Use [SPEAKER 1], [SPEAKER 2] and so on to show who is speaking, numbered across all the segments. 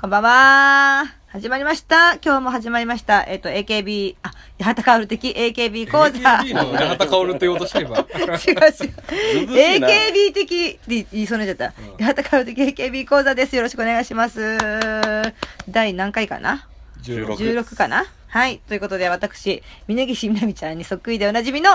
[SPEAKER 1] こんばんは。始まりました。今日も始まりました。えっ、と、AKB、あ、八幡薫的 AKB 講座。違
[SPEAKER 2] AKB の八幡薫って言おうとした今。
[SPEAKER 1] う違う。
[SPEAKER 3] ずうずうしいな
[SPEAKER 1] AKB 的って言いそうになっちゃった。八幡薫的 AKB 講座です。よろしくお願いします。第何回かな
[SPEAKER 3] 16
[SPEAKER 1] ?16 かなはい。ということで、私、峯岸みなみちゃんにそっくりでおなじみの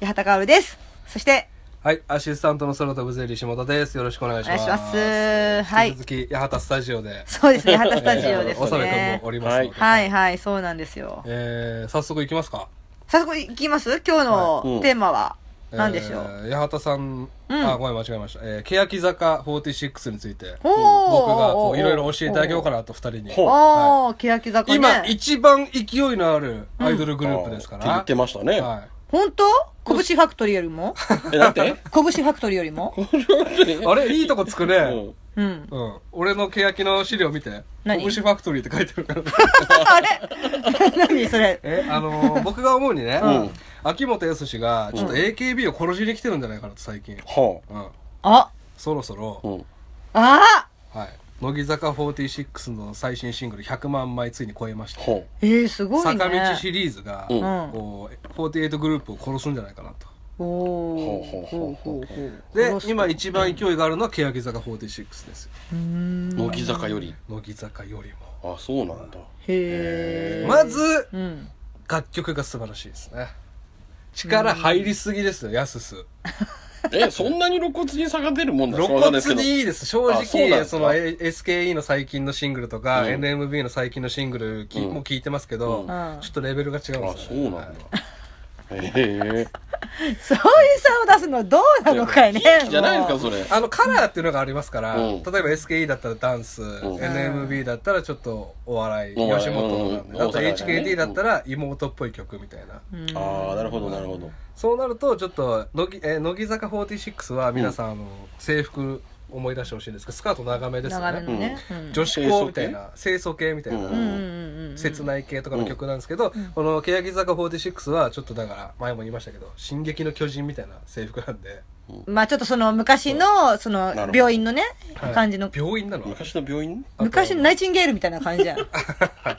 [SPEAKER 1] 八幡薫です。そして、
[SPEAKER 2] はい、アシスタントの空飛ぶゼリー下田です。よろしくお願いします。
[SPEAKER 1] お願いしますはい
[SPEAKER 2] 引き続き、八幡スタジオで。
[SPEAKER 1] そうですね、八幡スタジオです
[SPEAKER 2] おさめ
[SPEAKER 1] ね
[SPEAKER 2] くんも。おりますので。
[SPEAKER 1] はいはい、そうなんですよ。
[SPEAKER 2] えー、早速いきますか。
[SPEAKER 1] 早速いきます今日
[SPEAKER 3] はい
[SPEAKER 1] の
[SPEAKER 3] うん
[SPEAKER 1] テーマは何でしょう、
[SPEAKER 2] えー八幡さん、
[SPEAKER 1] うん
[SPEAKER 2] あ、ごめん、間違えました。えー、欅坂46について、
[SPEAKER 1] おー
[SPEAKER 2] 僕がこう、いろいろ教えてあげようかなと、二人に。
[SPEAKER 3] ほ
[SPEAKER 1] お
[SPEAKER 3] う
[SPEAKER 1] ー、欅坂ね。
[SPEAKER 2] 今、一番勢いのあるアイドルグループですから。
[SPEAKER 3] って言ってましたね。
[SPEAKER 2] はい。
[SPEAKER 1] 本当拳ファクトリーよりも
[SPEAKER 3] え、な んて
[SPEAKER 1] 拳ファクトリーよりも
[SPEAKER 2] あれ、いいとこつく
[SPEAKER 3] う
[SPEAKER 2] ね。
[SPEAKER 3] ん。
[SPEAKER 1] うん。
[SPEAKER 2] うん。俺の欅の資料見て。
[SPEAKER 1] 何
[SPEAKER 2] 拳ファクトリーって書いてあるから。
[SPEAKER 1] あれ 何それ
[SPEAKER 2] えあのー僕が思うにね、
[SPEAKER 3] うん
[SPEAKER 2] 秋元康がちょっと AKB を殺しに来てるんじゃないかなと最近、
[SPEAKER 3] ほ
[SPEAKER 2] うん
[SPEAKER 1] あ、
[SPEAKER 2] そろそろ、
[SPEAKER 3] う。うん。
[SPEAKER 1] あ
[SPEAKER 2] はい、乃木坂46の最新シングル100万枚ついに超えました、
[SPEAKER 3] ほ
[SPEAKER 1] ーえー、すごいね。
[SPEAKER 2] 坂道シリーズが、
[SPEAKER 3] うん
[SPEAKER 2] こう48グループを殺すんじゃないかなと
[SPEAKER 1] おお
[SPEAKER 3] ほうほうほうほ
[SPEAKER 2] で
[SPEAKER 1] 殺す
[SPEAKER 2] 今一番勢いがあるのは欅坂46ですよ
[SPEAKER 1] うーん
[SPEAKER 3] う。
[SPEAKER 1] へ
[SPEAKER 3] 乃木坂より。
[SPEAKER 2] 乃木坂よりも
[SPEAKER 3] あ、そうなんだ。
[SPEAKER 1] え。
[SPEAKER 2] まず
[SPEAKER 1] うん。
[SPEAKER 2] 楽曲が素晴らしいですね力入りすぎですよ、やすす。
[SPEAKER 3] え、そんなに露骨に差が出るもんだ
[SPEAKER 2] 露
[SPEAKER 3] そうなん
[SPEAKER 2] 骨
[SPEAKER 3] ですけど
[SPEAKER 2] にいいです正直
[SPEAKER 3] あそうなん
[SPEAKER 2] そ
[SPEAKER 3] ですか
[SPEAKER 2] のえ SKE の最近のシングルとか、
[SPEAKER 3] うん
[SPEAKER 2] NMB の最近のシングルき、
[SPEAKER 3] うん
[SPEAKER 2] もう聞いてますけど、
[SPEAKER 3] うん
[SPEAKER 2] ちょっとレベルが違うん
[SPEAKER 3] あ、
[SPEAKER 2] です
[SPEAKER 3] そ
[SPEAKER 2] よ
[SPEAKER 3] う
[SPEAKER 2] ね、
[SPEAKER 3] なん
[SPEAKER 2] はい
[SPEAKER 3] だ。へ
[SPEAKER 1] そういう差を出すのどうなのかいね。
[SPEAKER 3] え。じゃないですか、
[SPEAKER 1] もう
[SPEAKER 3] それ。
[SPEAKER 2] あのカラーっていうのがありますから、
[SPEAKER 3] うん
[SPEAKER 2] 例えば SKE だったらダンス、
[SPEAKER 3] ん
[SPEAKER 2] NMB だったらちょっとお笑い、
[SPEAKER 3] うん
[SPEAKER 2] 吉本なんで、
[SPEAKER 3] うん
[SPEAKER 2] あと
[SPEAKER 3] うん
[SPEAKER 2] HKT だったら妹っぽい曲みたいな、
[SPEAKER 1] うん
[SPEAKER 3] ああ、なるほど、なるほど。
[SPEAKER 2] そうなるとちょっと乃木,、えー乃木坂46は皆さん、あの制服思い出してほしいんですけどスカート長めですよ
[SPEAKER 1] 長め
[SPEAKER 2] ね、
[SPEAKER 1] のね。うん
[SPEAKER 2] 女子校みたいな清楚系みたいな、
[SPEAKER 3] うん
[SPEAKER 1] うんうんうんうん。
[SPEAKER 2] 切ない系とかの曲なんですけど、この欅坂46はちょっとだから前も言いましたけど「進撃の巨人」みたいな制服なんで
[SPEAKER 1] まあちょっとその昔の、その
[SPEAKER 3] なるほど
[SPEAKER 1] 病院のね、感じの、
[SPEAKER 2] 病院なの
[SPEAKER 3] 昔の病院
[SPEAKER 1] 昔のナイチンゲールみたいな感じじゃ ん。
[SPEAKER 2] あ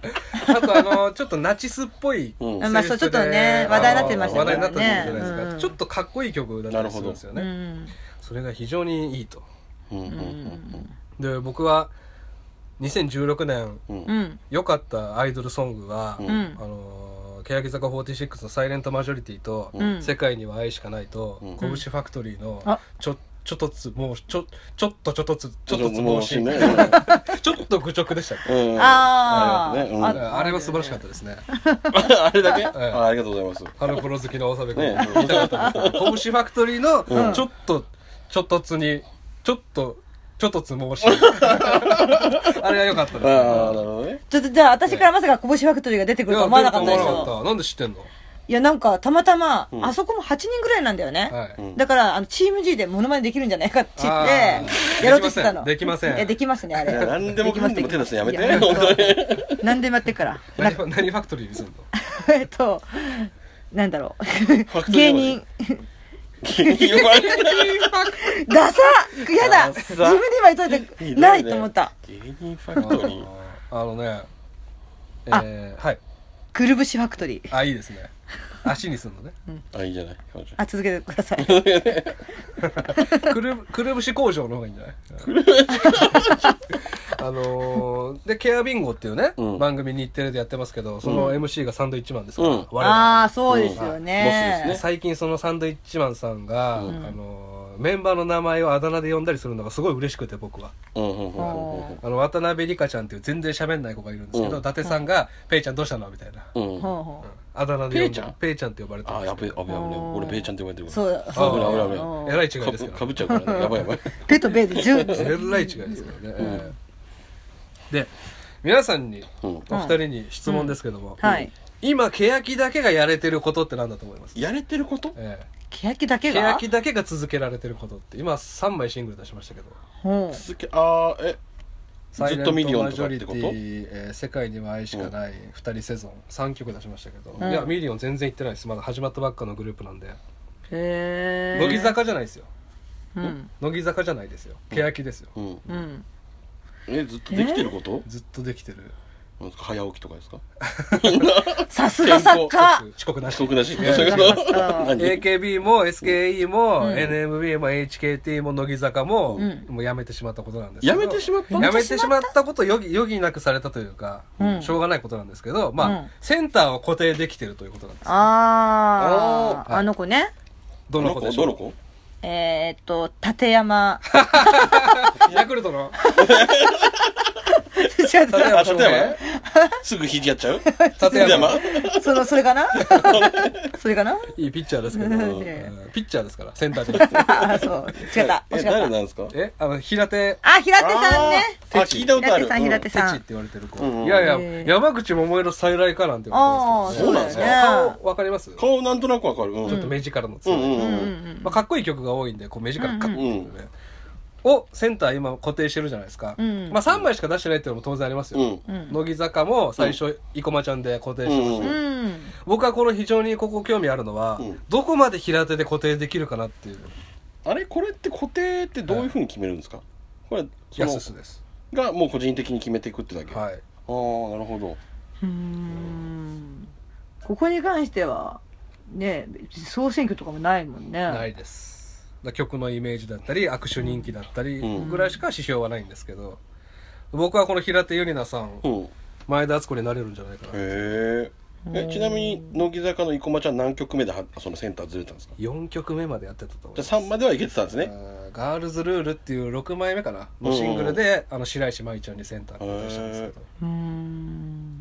[SPEAKER 2] とあのちょっとナチスっぽい制服
[SPEAKER 3] うん
[SPEAKER 2] で、
[SPEAKER 1] まあそうちょっとね話題になってました
[SPEAKER 2] ね
[SPEAKER 1] も
[SPEAKER 2] 話
[SPEAKER 1] んね
[SPEAKER 2] 題になったじゃないですか、
[SPEAKER 1] うん
[SPEAKER 2] ちょっとかっこいい曲だったりするんですよ
[SPEAKER 1] う
[SPEAKER 2] ね、
[SPEAKER 1] ん。
[SPEAKER 2] それが非常にいいと
[SPEAKER 3] うんうん
[SPEAKER 2] で僕は2016年
[SPEAKER 3] うんう。
[SPEAKER 1] うんん。
[SPEAKER 2] 良かったアイドルソングは、
[SPEAKER 3] うん
[SPEAKER 1] うん
[SPEAKER 2] あ。の欅坂46の「サイレントマジョリティ」と
[SPEAKER 1] う
[SPEAKER 2] 「
[SPEAKER 1] ん
[SPEAKER 2] 世界には愛しかない」と
[SPEAKER 3] うん
[SPEAKER 2] 「拳ファクトリー」の
[SPEAKER 1] あ
[SPEAKER 2] ちょ「ちょっとつもうちょちょっとちょっとつちょっとつ
[SPEAKER 3] も
[SPEAKER 2] 帽
[SPEAKER 3] うし
[SPEAKER 2] 子」
[SPEAKER 3] ね。
[SPEAKER 2] ちょっと愚直でしたね
[SPEAKER 3] うんうんあ
[SPEAKER 1] あ
[SPEAKER 3] なるほどねうん
[SPEAKER 1] あ。
[SPEAKER 2] あれは素晴らしかったですね
[SPEAKER 3] れだけ あありがとうございます。
[SPEAKER 2] あの頃好きの大沢君
[SPEAKER 3] ね
[SPEAKER 2] 言いたかったですけど拳ファクトリー
[SPEAKER 1] ん
[SPEAKER 2] のちょっとちょっとつにちょっとちょっとつ 帽子あれは良かったですね
[SPEAKER 3] ああ、なるほどね。
[SPEAKER 1] ちょっとじゃあ私からまさかこぼしファクトリーが出てく
[SPEAKER 2] い
[SPEAKER 1] ると
[SPEAKER 2] や
[SPEAKER 1] は思わなかったでし
[SPEAKER 2] 出ると思
[SPEAKER 1] ょ。
[SPEAKER 2] わなかったなんで知ってんの
[SPEAKER 1] いやなんかたまたま、
[SPEAKER 3] ん
[SPEAKER 1] あそこも8人ぐらいなんだよね。
[SPEAKER 2] はい
[SPEAKER 3] うん
[SPEAKER 1] だから、あの、チーム G でモノマネできるんじゃないかって言っ
[SPEAKER 2] あ
[SPEAKER 1] て、
[SPEAKER 2] ー
[SPEAKER 1] やろうとしてたの。
[SPEAKER 2] できません
[SPEAKER 1] え、できますね、あれ。
[SPEAKER 3] いや何でもかんでも手出すのやめて
[SPEAKER 1] いや
[SPEAKER 3] 本当に
[SPEAKER 1] 何でもやってっから。
[SPEAKER 2] 何ファ何ファクトリー にするの
[SPEAKER 1] えっと、なんだろ
[SPEAKER 3] ァ
[SPEAKER 1] う。
[SPEAKER 3] クトリー
[SPEAKER 1] 芸人。
[SPEAKER 3] よくある
[SPEAKER 1] ダサやだ
[SPEAKER 3] ダサ
[SPEAKER 1] 自分で今言っとい
[SPEAKER 3] ひど
[SPEAKER 1] て、
[SPEAKER 3] いね
[SPEAKER 1] ないと思った。
[SPEAKER 3] 芸人ファクトリー
[SPEAKER 2] あのねえーはい
[SPEAKER 1] くるぶしファクトリー。
[SPEAKER 2] あいいですね足にするのね
[SPEAKER 3] あいいじゃない彼女
[SPEAKER 1] あ、続けてくだ さい。
[SPEAKER 2] くるくるぶし工場の方がいいんじゃない あのー、で、ケアビンゴっていうね、
[SPEAKER 3] うん
[SPEAKER 2] 番組日テレでやってますけど、その MC がサンドイッチマンですから、
[SPEAKER 3] うん
[SPEAKER 2] 我々
[SPEAKER 1] ああ、そうですよ
[SPEAKER 3] うんボス
[SPEAKER 1] ね
[SPEAKER 3] で。
[SPEAKER 2] 最近そのサンドイッチマンさんが、
[SPEAKER 3] うん
[SPEAKER 2] あのーメンバーの名前をあだ名で呼んだりするのがすごい嬉しくて僕は
[SPEAKER 3] うんうんうんうん
[SPEAKER 2] あの渡辺梨香ちゃんっていう全然喋んない子がいるんですけど、
[SPEAKER 3] うん
[SPEAKER 2] 伊達さんが「ペイちゃんどうしたの?」みたいな、
[SPEAKER 3] うんうん
[SPEAKER 1] ほうほう
[SPEAKER 2] あだ名で呼ん
[SPEAKER 3] ペイちゃ
[SPEAKER 2] だ
[SPEAKER 3] ん
[SPEAKER 2] ペイちゃんって呼ばれて
[SPEAKER 3] あ
[SPEAKER 2] ま
[SPEAKER 3] ー
[SPEAKER 2] す
[SPEAKER 3] やべえ危ない危ない俺ベイちゃんって呼ばれてる
[SPEAKER 1] そう、
[SPEAKER 2] あ
[SPEAKER 1] そう。
[SPEAKER 3] 危ない危ない危
[SPEAKER 1] うん
[SPEAKER 2] えらい違い
[SPEAKER 3] か
[SPEAKER 2] です
[SPEAKER 3] ぶ
[SPEAKER 2] け
[SPEAKER 3] か
[SPEAKER 2] ど
[SPEAKER 3] ぶっちゃうから ねやばいやばい
[SPEAKER 1] ペとベで十。
[SPEAKER 2] えらい違い ですけどね、ええで皆さんに
[SPEAKER 3] うん
[SPEAKER 2] お二人に質問ですけども、
[SPEAKER 1] はい。
[SPEAKER 2] 今欅だけがやれてることって何だと思います、
[SPEAKER 3] やれてること
[SPEAKER 2] え
[SPEAKER 1] 欅だ
[SPEAKER 2] え
[SPEAKER 1] けが
[SPEAKER 2] 欅だけが続けられてることって今3枚シングル出しましたけど
[SPEAKER 1] ほう
[SPEAKER 3] 続けあーえ
[SPEAKER 2] 「
[SPEAKER 3] ずっとミリオンとかって
[SPEAKER 2] サ
[SPEAKER 3] こと
[SPEAKER 2] イレントマジョリティ」えー世界には愛しかない」二人セゾン」3曲出しましたけど、
[SPEAKER 1] うん
[SPEAKER 2] いやミリオン全然行ってないですまだ始まったばっかのグループなんで
[SPEAKER 1] へえ。
[SPEAKER 2] 乃木坂じゃないですよ
[SPEAKER 1] うん。
[SPEAKER 2] 乃木坂じゃないですよ欅ですよ、
[SPEAKER 3] うん
[SPEAKER 1] うん。
[SPEAKER 3] えずっとできてること
[SPEAKER 2] ずっとできてる
[SPEAKER 3] なんですか早起きとかですか
[SPEAKER 1] さすが作家
[SPEAKER 2] 遅刻なし
[SPEAKER 3] 遅刻だし
[SPEAKER 2] うん
[SPEAKER 3] そういうこと何
[SPEAKER 2] AKB も SKE も、
[SPEAKER 1] うん
[SPEAKER 2] NMB も HKT も乃木坂も、
[SPEAKER 1] うん
[SPEAKER 2] もうやめてしまったことなんですけ
[SPEAKER 3] や
[SPEAKER 2] ど
[SPEAKER 3] めてしまった
[SPEAKER 2] やめてしまったことを余儀余儀なくされたというか、
[SPEAKER 1] うん
[SPEAKER 2] しょうがないことなんですけど、まあ、
[SPEAKER 1] うん
[SPEAKER 2] センターは固定できてるということなんです。
[SPEAKER 1] あ
[SPEAKER 2] お
[SPEAKER 1] あ
[SPEAKER 2] ー
[SPEAKER 1] あの子ね
[SPEAKER 2] どの子でしょ
[SPEAKER 3] ど
[SPEAKER 2] う
[SPEAKER 3] の子
[SPEAKER 1] えー、っと立 山
[SPEAKER 2] ヤクルトの
[SPEAKER 1] 違う
[SPEAKER 2] 立
[SPEAKER 3] あ
[SPEAKER 2] 山
[SPEAKER 3] 立
[SPEAKER 2] 翔
[SPEAKER 3] 山
[SPEAKER 2] 平
[SPEAKER 3] すぐ肘やっち ゃう
[SPEAKER 2] 立山
[SPEAKER 1] そのそれか なそれかない
[SPEAKER 2] いピッチャーですけど、
[SPEAKER 1] うん
[SPEAKER 2] うんピッチャーですから、センターじゃなくて。
[SPEAKER 1] あーそう違った
[SPEAKER 3] え
[SPEAKER 1] 惜しか
[SPEAKER 3] 誰
[SPEAKER 1] った
[SPEAKER 3] なんですか
[SPEAKER 2] えあの、平手、
[SPEAKER 1] あ平手さんね
[SPEAKER 3] あーあ聞いたことある
[SPEAKER 1] 平手さん平手
[SPEAKER 2] テチ
[SPEAKER 1] さん
[SPEAKER 2] って言われてる子。
[SPEAKER 3] うん
[SPEAKER 2] いやい
[SPEAKER 1] へ
[SPEAKER 2] や
[SPEAKER 1] ー、
[SPEAKER 2] 山口百恵の再来かなんて言われてるんですけど、
[SPEAKER 3] あーそう
[SPEAKER 1] なんですね
[SPEAKER 2] 顔わかります
[SPEAKER 3] うん
[SPEAKER 2] ちょ
[SPEAKER 3] 顔なんとなくわかるうん
[SPEAKER 2] っと目力の
[SPEAKER 3] う
[SPEAKER 2] 強い。
[SPEAKER 3] んうん
[SPEAKER 1] うう
[SPEAKER 3] うん
[SPEAKER 1] んう
[SPEAKER 3] ん
[SPEAKER 1] ん
[SPEAKER 2] まあ、かっこいい曲が多いんでこう目力カッていう
[SPEAKER 3] うん
[SPEAKER 2] ね、をセンター今固定してるじゃないですか、
[SPEAKER 1] うん
[SPEAKER 2] まあ、3枚しか出してないっていうのも当然ありますよ、
[SPEAKER 3] うん
[SPEAKER 1] うん
[SPEAKER 2] 乃木坂も最初生駒ちゃんで固定してました、
[SPEAKER 3] う
[SPEAKER 1] うん
[SPEAKER 2] 僕はこの非常にここ興味あるのは、
[SPEAKER 3] うん
[SPEAKER 2] どこまで平手で固定できるかなっていう
[SPEAKER 3] あれこれって固定ってどういうふうに決めるんですかこれそ
[SPEAKER 2] や
[SPEAKER 3] の
[SPEAKER 2] すすです
[SPEAKER 3] がもう個人的に決めていくってだけああな
[SPEAKER 2] はい
[SPEAKER 3] るほど
[SPEAKER 1] うーんここに関してはね総選挙とかもないもんね
[SPEAKER 2] ないですだから曲のイメージだったり握手人気だったり
[SPEAKER 3] うん
[SPEAKER 2] ぐらいしか指標はないんですけど、僕はこの平手友梨奈さん、
[SPEAKER 3] うんへ
[SPEAKER 2] 前田敦子になれるんじゃないかな、
[SPEAKER 3] ええちなみに乃木坂の生駒ちゃん何曲目ではそのセンターずれたんですか
[SPEAKER 2] 4曲目までやってたと思い
[SPEAKER 3] じ
[SPEAKER 2] ま
[SPEAKER 3] ゃ
[SPEAKER 2] す
[SPEAKER 3] あ3まではいけてたんですね
[SPEAKER 2] あーガールズルールっていう6枚目かなのシングルで、あの白石麻衣ちゃんにセンター交代したんですけど、
[SPEAKER 1] うーん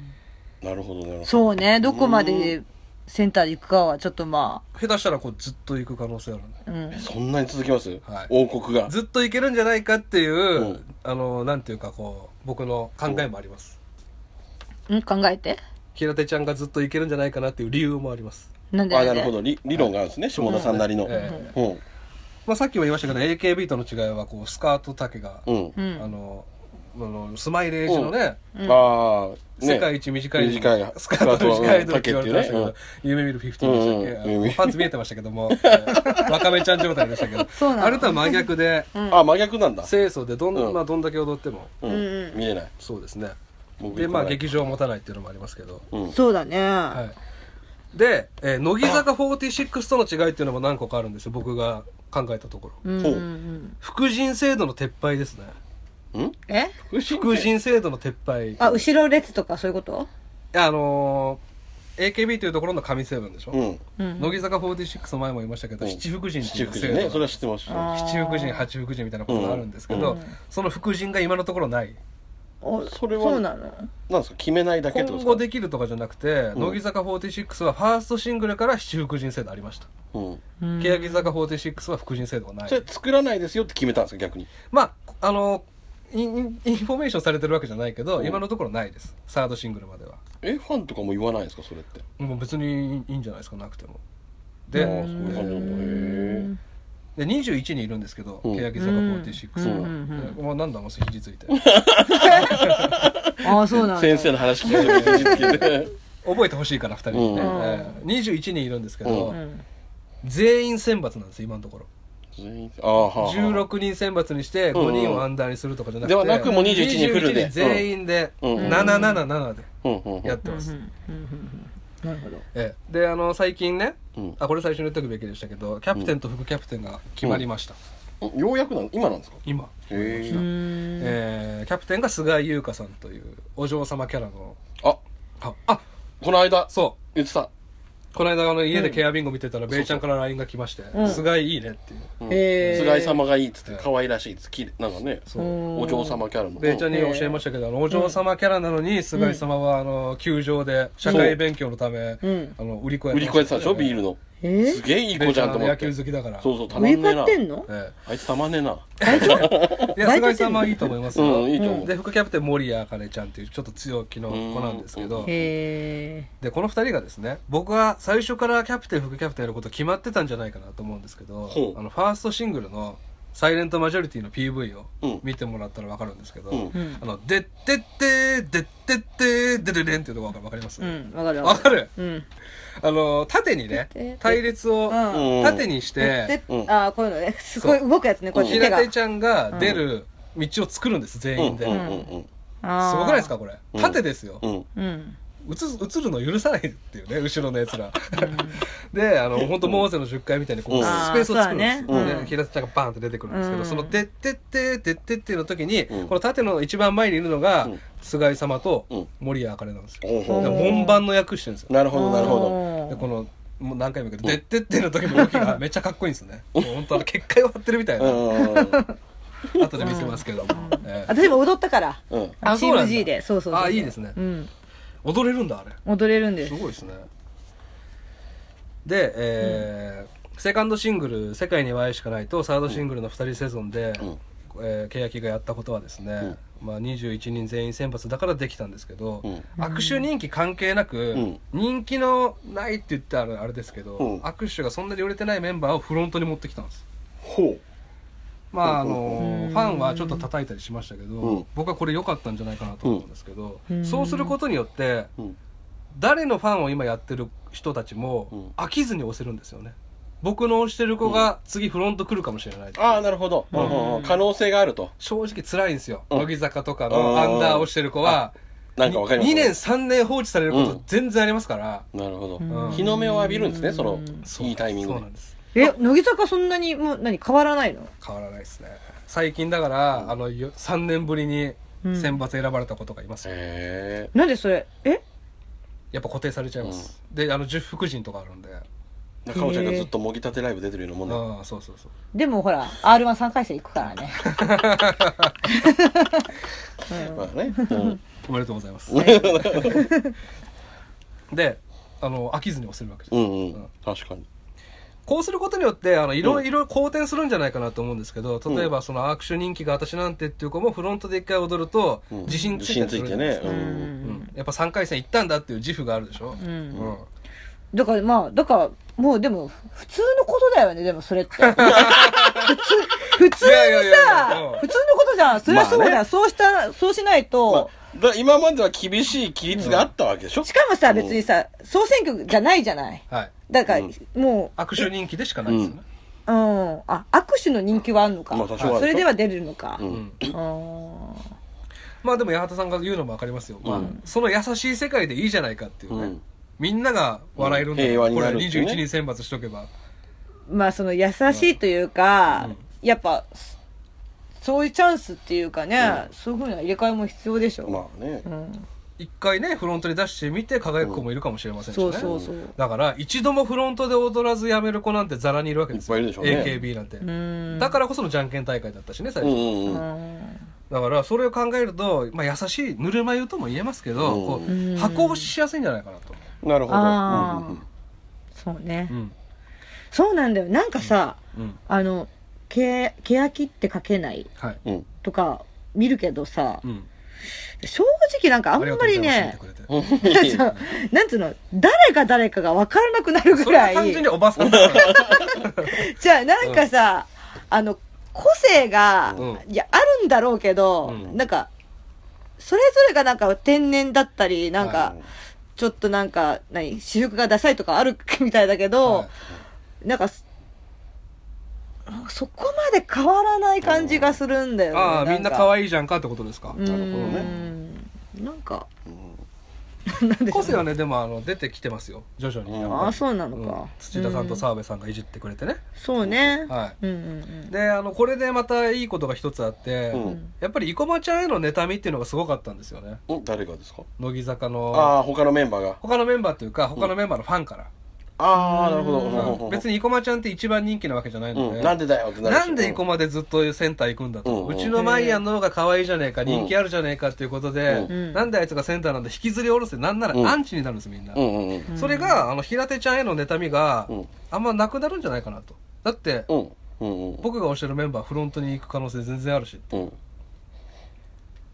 [SPEAKER 3] なるほどなるほど
[SPEAKER 1] そうねどこまでセンターで行くかはちょっとま
[SPEAKER 2] 下手したらこうずっと行く可能性あるん
[SPEAKER 1] あ
[SPEAKER 2] で
[SPEAKER 1] うん
[SPEAKER 3] そんなに続きます、
[SPEAKER 2] はい
[SPEAKER 3] 王国が
[SPEAKER 2] ずっと行けるんじゃないかっていう、
[SPEAKER 3] うん
[SPEAKER 2] あのなんていうかこう僕の考えもあります
[SPEAKER 1] うん考えて
[SPEAKER 2] 平手ちゃんがずっと行けるんじゃないかなっていう理由もあります、
[SPEAKER 1] なんで
[SPEAKER 3] あ
[SPEAKER 1] んで
[SPEAKER 3] なるほど理理論があるんですね下田さんなりの、
[SPEAKER 2] え
[SPEAKER 3] うん
[SPEAKER 2] まあ、さっきも言いましたけど AKB との違いはこうスカート丈が、
[SPEAKER 3] うん
[SPEAKER 1] う
[SPEAKER 2] あ
[SPEAKER 1] ん
[SPEAKER 2] のあのスマイレージのね、
[SPEAKER 1] うん
[SPEAKER 3] ああね
[SPEAKER 2] 世界一短い
[SPEAKER 3] 短い
[SPEAKER 2] スカート短いとって言われてましたけ
[SPEAKER 3] うん
[SPEAKER 2] ど、夢見るフィフティーでしたっけ、
[SPEAKER 3] うんうん
[SPEAKER 2] パンツ見えてましたけど も、わかめちゃん状態でしたけど、
[SPEAKER 1] そうなの
[SPEAKER 2] あれとは真逆で、
[SPEAKER 3] あ真逆なんだ、
[SPEAKER 2] 清楚でどん,、
[SPEAKER 3] うん
[SPEAKER 2] まあ、どんだけ踊っても、
[SPEAKER 3] うん
[SPEAKER 1] うんうん
[SPEAKER 3] 見えない
[SPEAKER 2] そうですね。
[SPEAKER 3] 僕
[SPEAKER 2] で、まあ
[SPEAKER 3] 行
[SPEAKER 2] 劇場を持たないっていうのもありますけど、
[SPEAKER 3] うん
[SPEAKER 1] そうだね、
[SPEAKER 2] はい。で、えー乃木坂46との違いっていうのも何個かあるんですよ、僕が考えたとこ
[SPEAKER 1] う
[SPEAKER 2] ろ。
[SPEAKER 1] んう
[SPEAKER 3] ほ
[SPEAKER 1] ん
[SPEAKER 3] う
[SPEAKER 1] うん
[SPEAKER 2] 副人制度の撤廃ですね。
[SPEAKER 3] うん
[SPEAKER 1] え
[SPEAKER 2] 副人制度の撤廃。
[SPEAKER 1] あ後ろ列とかそういうこと
[SPEAKER 2] あのー AKB というところの神成分でしょ、
[SPEAKER 3] うん
[SPEAKER 1] うん
[SPEAKER 2] 乃木坂46の前も言いましたけど、
[SPEAKER 3] うん
[SPEAKER 2] 七福神ってい
[SPEAKER 3] 七
[SPEAKER 2] う
[SPEAKER 3] 福
[SPEAKER 2] 制
[SPEAKER 3] 神
[SPEAKER 2] 度
[SPEAKER 3] ね
[SPEAKER 2] が
[SPEAKER 3] それは知ってます
[SPEAKER 1] あ
[SPEAKER 2] 七福神八福神みたいなことがあるんですけど、
[SPEAKER 1] うん
[SPEAKER 2] その福神が今のところない
[SPEAKER 1] お
[SPEAKER 3] それは
[SPEAKER 1] そうなの
[SPEAKER 3] なんですか決めないだけってこ
[SPEAKER 2] 今
[SPEAKER 3] と
[SPEAKER 2] 後
[SPEAKER 3] で
[SPEAKER 2] できるとかじゃなくて、
[SPEAKER 3] うん
[SPEAKER 2] 乃木坂46はファーストシングルから七福神制度ありました、
[SPEAKER 3] すかうん
[SPEAKER 1] うん
[SPEAKER 2] 欅坂46は福神制度がない、
[SPEAKER 3] それ作らないですよって決めたんですか逆に
[SPEAKER 2] まああのインインフォメーションされてるわけじゃないけど、
[SPEAKER 3] うん
[SPEAKER 2] 今のところないですサードシングルまでは
[SPEAKER 3] えファンとかも言わないんですかそれって
[SPEAKER 2] もう別にいいんじゃないですかなくてもで,、
[SPEAKER 3] ああそういう感じなんだへえ
[SPEAKER 2] で21にいるんですけど、
[SPEAKER 3] うん
[SPEAKER 2] 欅坂46は、うもう何だもう肘ついて
[SPEAKER 1] ああそうなんだ
[SPEAKER 3] 先生の話聞いてる肘つけて
[SPEAKER 2] 覚えてほしいから2人にね、
[SPEAKER 3] うん
[SPEAKER 2] ええ21人いるんですけど、
[SPEAKER 3] う
[SPEAKER 1] うん
[SPEAKER 2] 全員選抜なんです今のところ
[SPEAKER 3] 全員ああはあはあ
[SPEAKER 2] 16人選抜にして
[SPEAKER 3] うん
[SPEAKER 2] 5人をアンダーにするとかじゃなくて、
[SPEAKER 3] ではなくもう21人フル
[SPEAKER 2] 21
[SPEAKER 3] で
[SPEAKER 2] 人全員で
[SPEAKER 3] うんうん
[SPEAKER 2] 777で
[SPEAKER 3] うんうん
[SPEAKER 2] やってます、
[SPEAKER 1] うんうんうんなるほど
[SPEAKER 2] ええであの最近ね
[SPEAKER 3] うん
[SPEAKER 2] あこれ最初に言っとくべきでしたけどキャプテンと副キャプテンが決まりました、
[SPEAKER 3] うんようやくなの今なんですか
[SPEAKER 2] 今、
[SPEAKER 3] へえ
[SPEAKER 1] うん
[SPEAKER 2] ええキャプテンが菅井優香さんというお嬢様キャラの
[SPEAKER 3] あ
[SPEAKER 2] ああ
[SPEAKER 3] この間
[SPEAKER 2] そ
[SPEAKER 3] 言ってた
[SPEAKER 2] うこの間あの家でケアビンゴ見てたら、ベイちゃんから LINE が来まして「
[SPEAKER 1] ん
[SPEAKER 2] 菅井いいね」っていう
[SPEAKER 3] うん
[SPEAKER 1] へー
[SPEAKER 3] 菅井様がいいっつって可愛らしいっつってきれなんかね
[SPEAKER 2] そう
[SPEAKER 1] うん
[SPEAKER 3] お嬢様キャラの
[SPEAKER 2] ベイちゃんに
[SPEAKER 1] うん
[SPEAKER 2] 教えましたけど、あのお嬢様キャラなのに、菅井様は、あの、球場で、社会勉強のため、
[SPEAKER 1] うん
[SPEAKER 2] あの、売り子や
[SPEAKER 3] 売り子やってたでしょビールの
[SPEAKER 1] え
[SPEAKER 3] すげえいい
[SPEAKER 2] ベイ
[SPEAKER 3] 子
[SPEAKER 2] ち
[SPEAKER 3] じ
[SPEAKER 2] ゃ
[SPEAKER 3] ゃ
[SPEAKER 2] ん
[SPEAKER 3] ん
[SPEAKER 2] あ
[SPEAKER 3] と
[SPEAKER 2] の
[SPEAKER 3] 思っ
[SPEAKER 2] 野
[SPEAKER 3] て
[SPEAKER 2] 球好きだから。
[SPEAKER 3] そうそうたま
[SPEAKER 1] 上
[SPEAKER 3] んねえ
[SPEAKER 1] 買
[SPEAKER 3] な
[SPEAKER 1] ってんの
[SPEAKER 2] え
[SPEAKER 3] あいつたまねえな
[SPEAKER 2] えいや、菅井様はいいと思いますよ。
[SPEAKER 3] うんいいと思う
[SPEAKER 2] で、副キャプテン、森谷茜ちゃんっていう、ちょっと強気の子なんですけど、
[SPEAKER 1] へ
[SPEAKER 2] で、この二人がですね、僕は最初からキャプテン、副キャプテンやること決まってたんじゃないかなと思うんですけど
[SPEAKER 3] ほ、う
[SPEAKER 2] あの、ファーストシングルの、サイレントマジョリティの PV を
[SPEAKER 3] うん
[SPEAKER 2] 見てもらったらわかるんですけど、
[SPEAKER 3] うん
[SPEAKER 1] うん
[SPEAKER 2] あの、でってって、でってって、でででんっていうとこわかるわかります
[SPEAKER 1] えうんわかる
[SPEAKER 2] わかる
[SPEAKER 1] うん
[SPEAKER 2] あの縦にね
[SPEAKER 1] で
[SPEAKER 2] 隊列を
[SPEAKER 1] うん
[SPEAKER 3] うん
[SPEAKER 2] 縦にして
[SPEAKER 1] で
[SPEAKER 3] うん
[SPEAKER 1] ああこういうのねすごい動くやつねこうやって手
[SPEAKER 2] 平
[SPEAKER 1] が
[SPEAKER 2] 手ちゃんが出る道を作るんです全員で、
[SPEAKER 3] うんう
[SPEAKER 2] す
[SPEAKER 3] んうん
[SPEAKER 1] あー
[SPEAKER 2] ごくないですかこれ
[SPEAKER 3] うん
[SPEAKER 2] 縦ですよ、
[SPEAKER 3] うんうん
[SPEAKER 1] うん
[SPEAKER 2] 映す映るの許さないっていうね後ろのやつらであの本当モーセの10回みたいにこう、
[SPEAKER 3] うん
[SPEAKER 2] スペースを作るんですよ、
[SPEAKER 3] あーそうだね
[SPEAKER 2] で
[SPEAKER 1] うん
[SPEAKER 2] 平田ちゃんがバーンって出てくるんですけど、
[SPEAKER 1] うん
[SPEAKER 2] その「でってってってって」っていうの時に、
[SPEAKER 3] うん
[SPEAKER 2] この縦の一番前にいるのが、
[SPEAKER 3] うん
[SPEAKER 2] 菅井様と
[SPEAKER 3] うん
[SPEAKER 2] 守谷茜なんですよ、
[SPEAKER 3] ほうほ
[SPEAKER 1] う
[SPEAKER 3] う
[SPEAKER 2] だから
[SPEAKER 1] ん
[SPEAKER 2] 門番の役してるんですよ
[SPEAKER 3] なるほどなるほ
[SPEAKER 2] でこ
[SPEAKER 1] の
[SPEAKER 2] のもう何回も言うけど「でってって」の時の動きがめっちゃかっこいいんですよねもう本当あの結界を張ってるみたい
[SPEAKER 3] どう
[SPEAKER 2] なん
[SPEAKER 3] うん
[SPEAKER 2] 後で見せますけども、ええ
[SPEAKER 1] 私も踊ったから
[SPEAKER 3] うんうん
[SPEAKER 2] あ
[SPEAKER 1] チ
[SPEAKER 2] そ
[SPEAKER 1] ー
[SPEAKER 2] う
[SPEAKER 1] ム
[SPEAKER 2] なんだ
[SPEAKER 1] G でそうそうそうそう
[SPEAKER 2] あいいですね
[SPEAKER 1] うん
[SPEAKER 2] 踊れるんだあれ
[SPEAKER 1] 踊れるんですす
[SPEAKER 2] ごいですねで、えーセカンドシングル「世界には愛しかない」とサードシングルの2人セゾンで、
[SPEAKER 3] うん
[SPEAKER 2] えー、欅がやったことはですね、まあ、21人全員選抜だからできたんですけど、
[SPEAKER 3] うん
[SPEAKER 2] 握手人気関係なく、
[SPEAKER 3] うん
[SPEAKER 2] 人気のないって言ったらあれですけど、
[SPEAKER 3] うん
[SPEAKER 2] 握手がそんなに売れてないメンバーをフロントに持ってきたんです
[SPEAKER 3] ほ
[SPEAKER 2] まああ
[SPEAKER 1] う
[SPEAKER 2] の
[SPEAKER 1] ん
[SPEAKER 2] ファンはちょっと叩いたりしましたけど、
[SPEAKER 3] うん
[SPEAKER 2] 僕はこれ良かったんじゃないかなと思うんですけど、
[SPEAKER 1] うん
[SPEAKER 2] そうすることによって
[SPEAKER 3] ううん
[SPEAKER 2] 誰のファンを今やってる人たち
[SPEAKER 3] うん
[SPEAKER 2] も飽きずに押せるんですよね僕の推してる子が次フロント来るかもしれない、
[SPEAKER 3] ああなるほどうんうんうん可能性があると
[SPEAKER 2] 正直辛いんですよ
[SPEAKER 3] うん
[SPEAKER 2] 乃木坂とかのアンダーをしてる子は
[SPEAKER 3] なんかわかります
[SPEAKER 2] 2年3年放置されること全然ありますから、
[SPEAKER 3] なるほど
[SPEAKER 1] うん
[SPEAKER 3] 日の目を浴びるんですねその
[SPEAKER 2] そう
[SPEAKER 3] いいタイミン
[SPEAKER 2] そ
[SPEAKER 3] グで
[SPEAKER 2] うなんです
[SPEAKER 1] え乃木坂そんなにもう何変わらないの
[SPEAKER 2] 変わらないですね最近だから、あのよ3年ぶりに選抜選ばれた子とかいますよ、
[SPEAKER 3] へえ
[SPEAKER 1] なんでそれえ
[SPEAKER 2] やっぱ固定されちゃいます、であの十福神とかあるんで
[SPEAKER 3] 中尾ちゃんがずっともぎたてライブ出てるようなもんだ
[SPEAKER 2] ああそうそうそう
[SPEAKER 1] でもほら r 1 3回戦行くからね
[SPEAKER 3] まあねうん
[SPEAKER 2] おめでとうございますであの飽きずに押せるわけじゃん
[SPEAKER 3] うんう
[SPEAKER 2] うんん
[SPEAKER 3] 確かに
[SPEAKER 2] こうすることによって、あの、いろいろ好転するんじゃないかなと思うんですけど、例えばその握手人気が私なんてっていう子もフロントで一回踊ると、
[SPEAKER 3] うん
[SPEAKER 2] 自信ついたりするじゃないですか
[SPEAKER 1] う
[SPEAKER 3] 自信ついてね
[SPEAKER 2] うん
[SPEAKER 1] ん、
[SPEAKER 2] やっぱ3回戦行ったんだっていう自負があるでしょ
[SPEAKER 1] う。ん
[SPEAKER 2] うん
[SPEAKER 1] だからまあだからもうでも普通のことだよねでもそれって普通普通にさ
[SPEAKER 2] いやいやいやうん
[SPEAKER 1] 普通のことじゃんそれはそうだよ、
[SPEAKER 3] まあ
[SPEAKER 1] そうしたそうしないと、
[SPEAKER 3] まあだ今までは厳しい規律があったわけでしょ
[SPEAKER 1] しかもさ別にさ総選挙じゃないじゃない
[SPEAKER 2] はい。
[SPEAKER 1] だから、
[SPEAKER 3] うん
[SPEAKER 1] も
[SPEAKER 2] 握手人気でしかないですよね。
[SPEAKER 1] う、うん、あ握手の人気はあるのか、
[SPEAKER 3] まあ多少はある
[SPEAKER 1] それでは出るのか、
[SPEAKER 3] う
[SPEAKER 1] うん
[SPEAKER 2] うんん
[SPEAKER 1] ん
[SPEAKER 2] まあでも八幡さんが言うのもわかりますよ。まあ
[SPEAKER 3] うん
[SPEAKER 2] その優しい世界でいいじゃないかっていううね
[SPEAKER 3] ん。
[SPEAKER 2] みんなが笑えるんだ
[SPEAKER 3] うん平和になる
[SPEAKER 2] こ
[SPEAKER 3] って
[SPEAKER 2] れ
[SPEAKER 3] いうね
[SPEAKER 2] 21人選抜しとけば。
[SPEAKER 1] まあその優しいというか、
[SPEAKER 2] うん
[SPEAKER 1] やっぱそそういうチャンスっていうかね、そういうふうな入れ替えも必要でしょ、
[SPEAKER 3] まあね
[SPEAKER 1] うん、
[SPEAKER 2] 一回ね、フロントに出してみて輝く子もいるかもしれませんしね。
[SPEAKER 1] そうそうそう、
[SPEAKER 2] だから一度もフロントで踊らずやめる子なんてザラにいるわけですよ
[SPEAKER 3] いっぱいいるでしょうね
[SPEAKER 2] AKB なんて、
[SPEAKER 1] うん
[SPEAKER 2] だからこそのじゃんけん大会だったしね最
[SPEAKER 3] うん
[SPEAKER 2] 初、
[SPEAKER 3] うんうん
[SPEAKER 2] だからそれを考えると、まあ、優しいぬるま湯とも言えますけど、
[SPEAKER 3] うん
[SPEAKER 2] こ
[SPEAKER 1] うん
[SPEAKER 2] う箱押ししやすいんじゃないかなと、
[SPEAKER 3] なるほど
[SPEAKER 1] あー
[SPEAKER 3] うんうんうん
[SPEAKER 1] そうね、
[SPEAKER 2] うん
[SPEAKER 1] そうなんだよなんかさ、
[SPEAKER 2] うん
[SPEAKER 1] あのけ欅って書けない
[SPEAKER 2] はい、
[SPEAKER 3] うん
[SPEAKER 1] とか見るけどさ、
[SPEAKER 2] うん、
[SPEAKER 1] 正直なんかあんまり
[SPEAKER 2] あ
[SPEAKER 1] ね
[SPEAKER 2] がとうございます
[SPEAKER 3] うん
[SPEAKER 1] そうなんつうの誰が誰かが分からなくなる
[SPEAKER 2] 見
[SPEAKER 1] ぐ
[SPEAKER 2] てくれてそれ
[SPEAKER 1] ら
[SPEAKER 2] はい単純におばさんだから
[SPEAKER 1] じゃあなんかさ、あの個性が、
[SPEAKER 2] う
[SPEAKER 1] いやあるんだろうけど、
[SPEAKER 2] うん
[SPEAKER 1] なんかそれぞれがなんか天然だったりなんか、
[SPEAKER 3] うん
[SPEAKER 1] ちょっとなんか何私服がダサいとかあるみたいだけど、
[SPEAKER 2] はい
[SPEAKER 1] なんかそこまで変わらない感じがするんだよね、
[SPEAKER 2] ああみんな可
[SPEAKER 1] 愛い
[SPEAKER 2] 愛いじゃんかってことですか、
[SPEAKER 1] う
[SPEAKER 3] なるほどね
[SPEAKER 1] んなんか
[SPEAKER 2] 個性はねでもあの出てきてますよ徐々にやっぱり
[SPEAKER 1] ああそうなの
[SPEAKER 2] うん
[SPEAKER 1] か、
[SPEAKER 2] 土田さんと
[SPEAKER 1] う
[SPEAKER 2] 澤部さんがいじってくれてね、
[SPEAKER 1] そうね、
[SPEAKER 2] はい
[SPEAKER 1] うんうんうん
[SPEAKER 2] であのこれでまたいいことが一つあって、
[SPEAKER 3] うん
[SPEAKER 2] やっぱり生駒ちゃんへの妬みっていうのがすごかったんですよね
[SPEAKER 3] うん誰がですか
[SPEAKER 2] 乃木坂
[SPEAKER 3] あ
[SPEAKER 2] の
[SPEAKER 3] あ他のメンバーが
[SPEAKER 2] 他のメンバーというか他のメンバーのファンから、
[SPEAKER 3] ああなるほど
[SPEAKER 1] うん
[SPEAKER 3] ほうほうほう
[SPEAKER 2] 別に生駒ちゃんって一番人気なわけじゃないので、
[SPEAKER 3] うんなんでだよってなるし
[SPEAKER 2] なんで生駒でずっとセンター行くんだと、
[SPEAKER 3] う
[SPEAKER 2] うんちのマイアンの方が可愛いじゃねえか、
[SPEAKER 3] ん
[SPEAKER 2] 人気あるじゃねえかっていうことで、
[SPEAKER 1] うん
[SPEAKER 2] なんであいつがセンターなんだ引きずり下ろせなんな
[SPEAKER 3] うん
[SPEAKER 2] らアンチになるんですみんな、
[SPEAKER 3] うんうんうん
[SPEAKER 1] ん
[SPEAKER 2] それがあの平手ちゃんへの妬みが、
[SPEAKER 3] うん
[SPEAKER 2] あんまなくなるんじゃないかなとだって、
[SPEAKER 3] うんうんうん
[SPEAKER 2] 僕が推してるメンバーフロントに行く可能性全然あるし
[SPEAKER 3] うん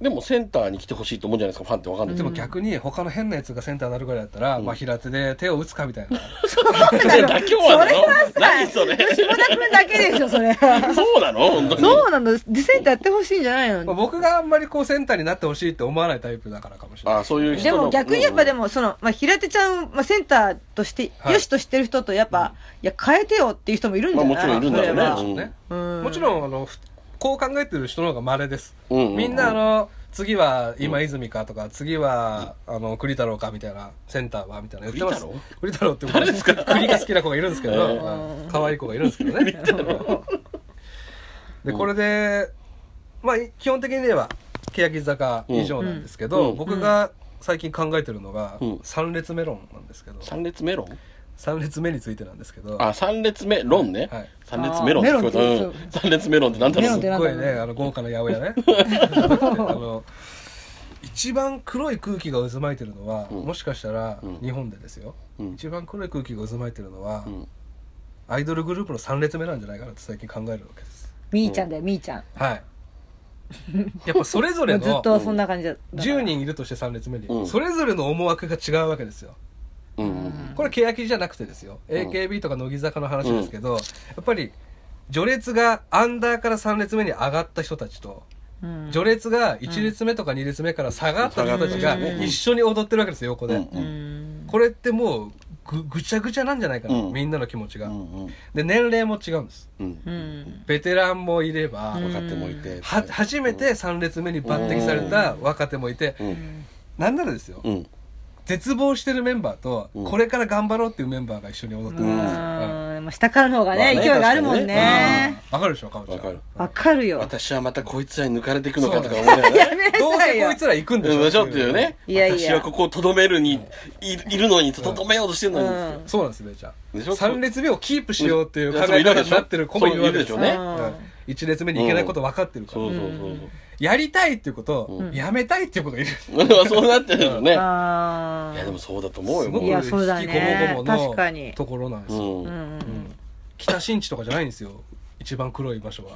[SPEAKER 3] でもセンターに来てほしいと思うんじゃないですかファンってわかんない
[SPEAKER 2] でも逆に他の変なやつがセンターになるぐらいだったら、まあ平手で手を打つかみたいな
[SPEAKER 3] 妥協はなの
[SPEAKER 1] それはさ
[SPEAKER 3] 何それ
[SPEAKER 1] 下田君だけでしょそれ
[SPEAKER 3] そうなの本当に
[SPEAKER 1] そうなのデセンターやってほしいんじゃない
[SPEAKER 2] まあ
[SPEAKER 1] の
[SPEAKER 2] 僕があんまりこうセンターになってほしいって思わないタイプだからかもしれない
[SPEAKER 3] ああそういう人
[SPEAKER 1] で
[SPEAKER 3] の
[SPEAKER 1] も逆にやっぱで
[SPEAKER 3] も
[SPEAKER 1] もその、まあ、平手ちゃん、まあ、センターとして
[SPEAKER 2] はい
[SPEAKER 1] よしとしてる人とやっぱ、いや変えてよっていう人もいるんじゃない、
[SPEAKER 3] まあもちろんいるんだろうね
[SPEAKER 1] それは
[SPEAKER 2] そうね
[SPEAKER 1] うん
[SPEAKER 2] もちろんあのふこう考えてる人の方が稀です。
[SPEAKER 3] うんうんうん
[SPEAKER 2] みんなあの、次は今泉かとか、次は、あの、栗太郎かみたいな、センターはみたいな言ってます栗
[SPEAKER 3] 栗太。
[SPEAKER 2] 太郎って誰ですか栗が好きな子がいるんですけど、
[SPEAKER 3] ええ
[SPEAKER 2] はい可愛い子がいるんですけどね。で、これで、まあ、基本的に言えば、欅坂以上なんですけ
[SPEAKER 3] うん
[SPEAKER 2] ど、
[SPEAKER 3] うん
[SPEAKER 2] 僕が最近考えてるのが
[SPEAKER 3] うん、
[SPEAKER 2] 三列メロンなんですけど、
[SPEAKER 3] 三列メロン
[SPEAKER 2] 三列目についてなんですけど、
[SPEAKER 3] あ、三列メロンね
[SPEAKER 2] はい。
[SPEAKER 3] 三列メロンって聞こえた
[SPEAKER 1] あーメロンって
[SPEAKER 3] うん三列メロンってなんだろ
[SPEAKER 1] メロン
[SPEAKER 3] う
[SPEAKER 1] って
[SPEAKER 2] すっごい
[SPEAKER 1] なんだ
[SPEAKER 2] ね
[SPEAKER 1] ろう
[SPEAKER 2] あの豪華な八百屋 ねあの一番黒い空気が渦巻いてるのは、
[SPEAKER 3] うん
[SPEAKER 2] もしかしたら、
[SPEAKER 3] うん
[SPEAKER 2] 日本でですよ、
[SPEAKER 3] うん
[SPEAKER 2] 一番黒い空気が渦巻いてるのは、
[SPEAKER 3] うん
[SPEAKER 2] アイドルグループの3列目なんじゃないかなって最近考えるわけです
[SPEAKER 1] みーちゃんだよみーちゃん
[SPEAKER 2] はいやっぱそれぞ
[SPEAKER 1] も
[SPEAKER 2] れ
[SPEAKER 1] うずっ
[SPEAKER 2] の
[SPEAKER 1] とそんな感じだった
[SPEAKER 2] 10人いるとして3列目に、
[SPEAKER 3] うん
[SPEAKER 2] それぞれの思惑が違うわけですよ
[SPEAKER 3] うんうん
[SPEAKER 2] これ欅じゃなくてですよ、
[SPEAKER 3] ん
[SPEAKER 2] AKB とか乃木坂の話ですけど、やっぱり序列がアンダーから3列目に上がった人たちと
[SPEAKER 1] うん
[SPEAKER 2] 序列が1列目とか2列目から下がった人たちが
[SPEAKER 3] うん
[SPEAKER 2] 一緒に踊ってるわけですよ横で、
[SPEAKER 3] うんうん
[SPEAKER 1] うん
[SPEAKER 2] これってもうぐぐちゃぐちゃなんじゃないかな、
[SPEAKER 3] うん
[SPEAKER 2] みんなの気持ちが、
[SPEAKER 3] うん
[SPEAKER 2] で年齢も違うんです
[SPEAKER 3] うん
[SPEAKER 1] う
[SPEAKER 3] うん
[SPEAKER 1] ん
[SPEAKER 2] ベテランもいれば、
[SPEAKER 1] うん
[SPEAKER 3] 若手もいて
[SPEAKER 2] は初めて3列目に抜擢された若手もいて、
[SPEAKER 3] うん
[SPEAKER 2] なんならですよ、
[SPEAKER 3] うん
[SPEAKER 2] 絶望してるメンバーと、
[SPEAKER 3] うん
[SPEAKER 2] これから頑張ろうっていうメンバーが一緒に踊ってるんですよ、うん
[SPEAKER 1] うんまあ下からの方が
[SPEAKER 3] まあ
[SPEAKER 1] ね
[SPEAKER 3] ね
[SPEAKER 1] 勢いがあるもんね
[SPEAKER 2] わかるでしょかおちゃん
[SPEAKER 3] わかる
[SPEAKER 1] わかるよ
[SPEAKER 3] 私はまたこいつらに抜かれていくのかとか思いながら
[SPEAKER 1] や
[SPEAKER 3] ね
[SPEAKER 1] めな
[SPEAKER 2] どう
[SPEAKER 1] さい
[SPEAKER 2] せ
[SPEAKER 1] よ
[SPEAKER 2] こいつら行くんでしょ、
[SPEAKER 3] うんちょっとよね
[SPEAKER 1] いやいや
[SPEAKER 3] 私はここをとどめるにいいるのにとどめようとしてるのに
[SPEAKER 1] うん
[SPEAKER 2] そうなんですねじゃ
[SPEAKER 3] でし
[SPEAKER 2] あ
[SPEAKER 3] ょ
[SPEAKER 2] 3列目をキープしようっていう考え方になってる子もいるわけですよ
[SPEAKER 3] そういるでしょ
[SPEAKER 1] そういるでしょうね
[SPEAKER 2] うん一列目に行けないこと分かってるから、
[SPEAKER 3] そうそうそう
[SPEAKER 2] やりたいっていうこと、
[SPEAKER 3] う
[SPEAKER 2] やめたいっていうこといる、
[SPEAKER 3] そうそうなってるよねいや
[SPEAKER 1] あー
[SPEAKER 3] でもそうだと思う
[SPEAKER 2] す
[SPEAKER 3] よ
[SPEAKER 2] ご
[SPEAKER 3] も
[SPEAKER 2] く
[SPEAKER 1] いや
[SPEAKER 2] 引き
[SPEAKER 1] そうだね
[SPEAKER 2] こもごも
[SPEAKER 1] 確かに
[SPEAKER 2] のところなんですよ、
[SPEAKER 3] う
[SPEAKER 1] うんん
[SPEAKER 2] うん北新地とかじゃないんですよ一番黒い場所は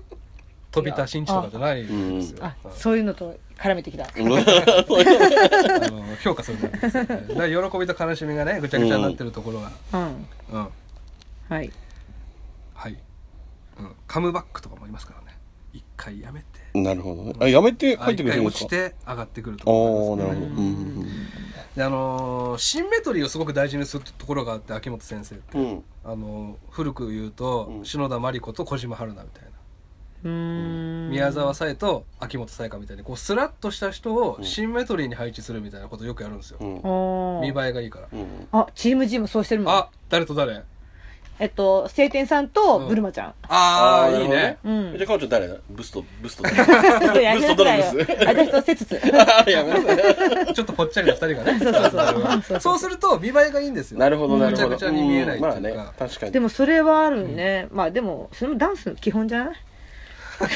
[SPEAKER 2] 飛びた新地とかじゃないんですよ、
[SPEAKER 1] あ
[SPEAKER 2] うん
[SPEAKER 1] そういうのと絡めてきた
[SPEAKER 2] あの評価するんですよねだから喜びと悲しみがねぐちゃぐちゃになってるところが、
[SPEAKER 1] うん
[SPEAKER 2] うん
[SPEAKER 1] はい
[SPEAKER 2] はい、うん、カムバックとかもいますからね一回やめて
[SPEAKER 3] なるほどねあやめて
[SPEAKER 2] あ
[SPEAKER 3] 帰っ
[SPEAKER 2] 一
[SPEAKER 3] てくれ
[SPEAKER 2] 回
[SPEAKER 3] るんで
[SPEAKER 2] 落ち
[SPEAKER 3] すか
[SPEAKER 2] て上がってくると
[SPEAKER 3] ああ
[SPEAKER 2] ころ
[SPEAKER 3] ーな
[SPEAKER 2] なんで
[SPEAKER 3] る
[SPEAKER 2] す
[SPEAKER 3] ほど
[SPEAKER 2] ね
[SPEAKER 3] うんうん
[SPEAKER 2] であのーシンメトリーをすごく大事にするところがあって秋元先生って、
[SPEAKER 3] うんうん
[SPEAKER 2] あのー古く言うと、
[SPEAKER 3] うん
[SPEAKER 2] 篠田麻里子と小島春菜みたいな、
[SPEAKER 1] うーん
[SPEAKER 2] 宮沢さえと秋元才加みたいにこうスラッとした人をシンメトリーに配置するみたいなことよくやるんですよ、
[SPEAKER 3] うん
[SPEAKER 1] おー
[SPEAKER 2] 見栄えがいいから、
[SPEAKER 3] うん
[SPEAKER 1] あチーム G もそうしてるもん
[SPEAKER 2] あ誰と誰
[SPEAKER 1] えっと晴天さんと
[SPEAKER 2] うん
[SPEAKER 1] ブルマちゃん
[SPEAKER 2] ああ
[SPEAKER 3] ー
[SPEAKER 2] いいね
[SPEAKER 1] うん
[SPEAKER 3] じゃあかおちゃん誰だブストブス ト
[SPEAKER 1] ちょっとやめなさいよ
[SPEAKER 3] ブスと
[SPEAKER 1] 私とせつ つ
[SPEAKER 3] あやめなさい
[SPEAKER 2] ちょっとぽっちゃりな二人 がね
[SPEAKER 1] そうそうそう
[SPEAKER 2] なるほど
[SPEAKER 1] そうそうそう
[SPEAKER 2] そうすると見栄えがいいんですよ
[SPEAKER 3] なるほどなるほど
[SPEAKER 2] ぐちゃぐちゃに見えないっていうか
[SPEAKER 3] んまあね確かに
[SPEAKER 1] でもそれはあるねまあでもそれもダンスの基本じゃない
[SPEAKER 2] な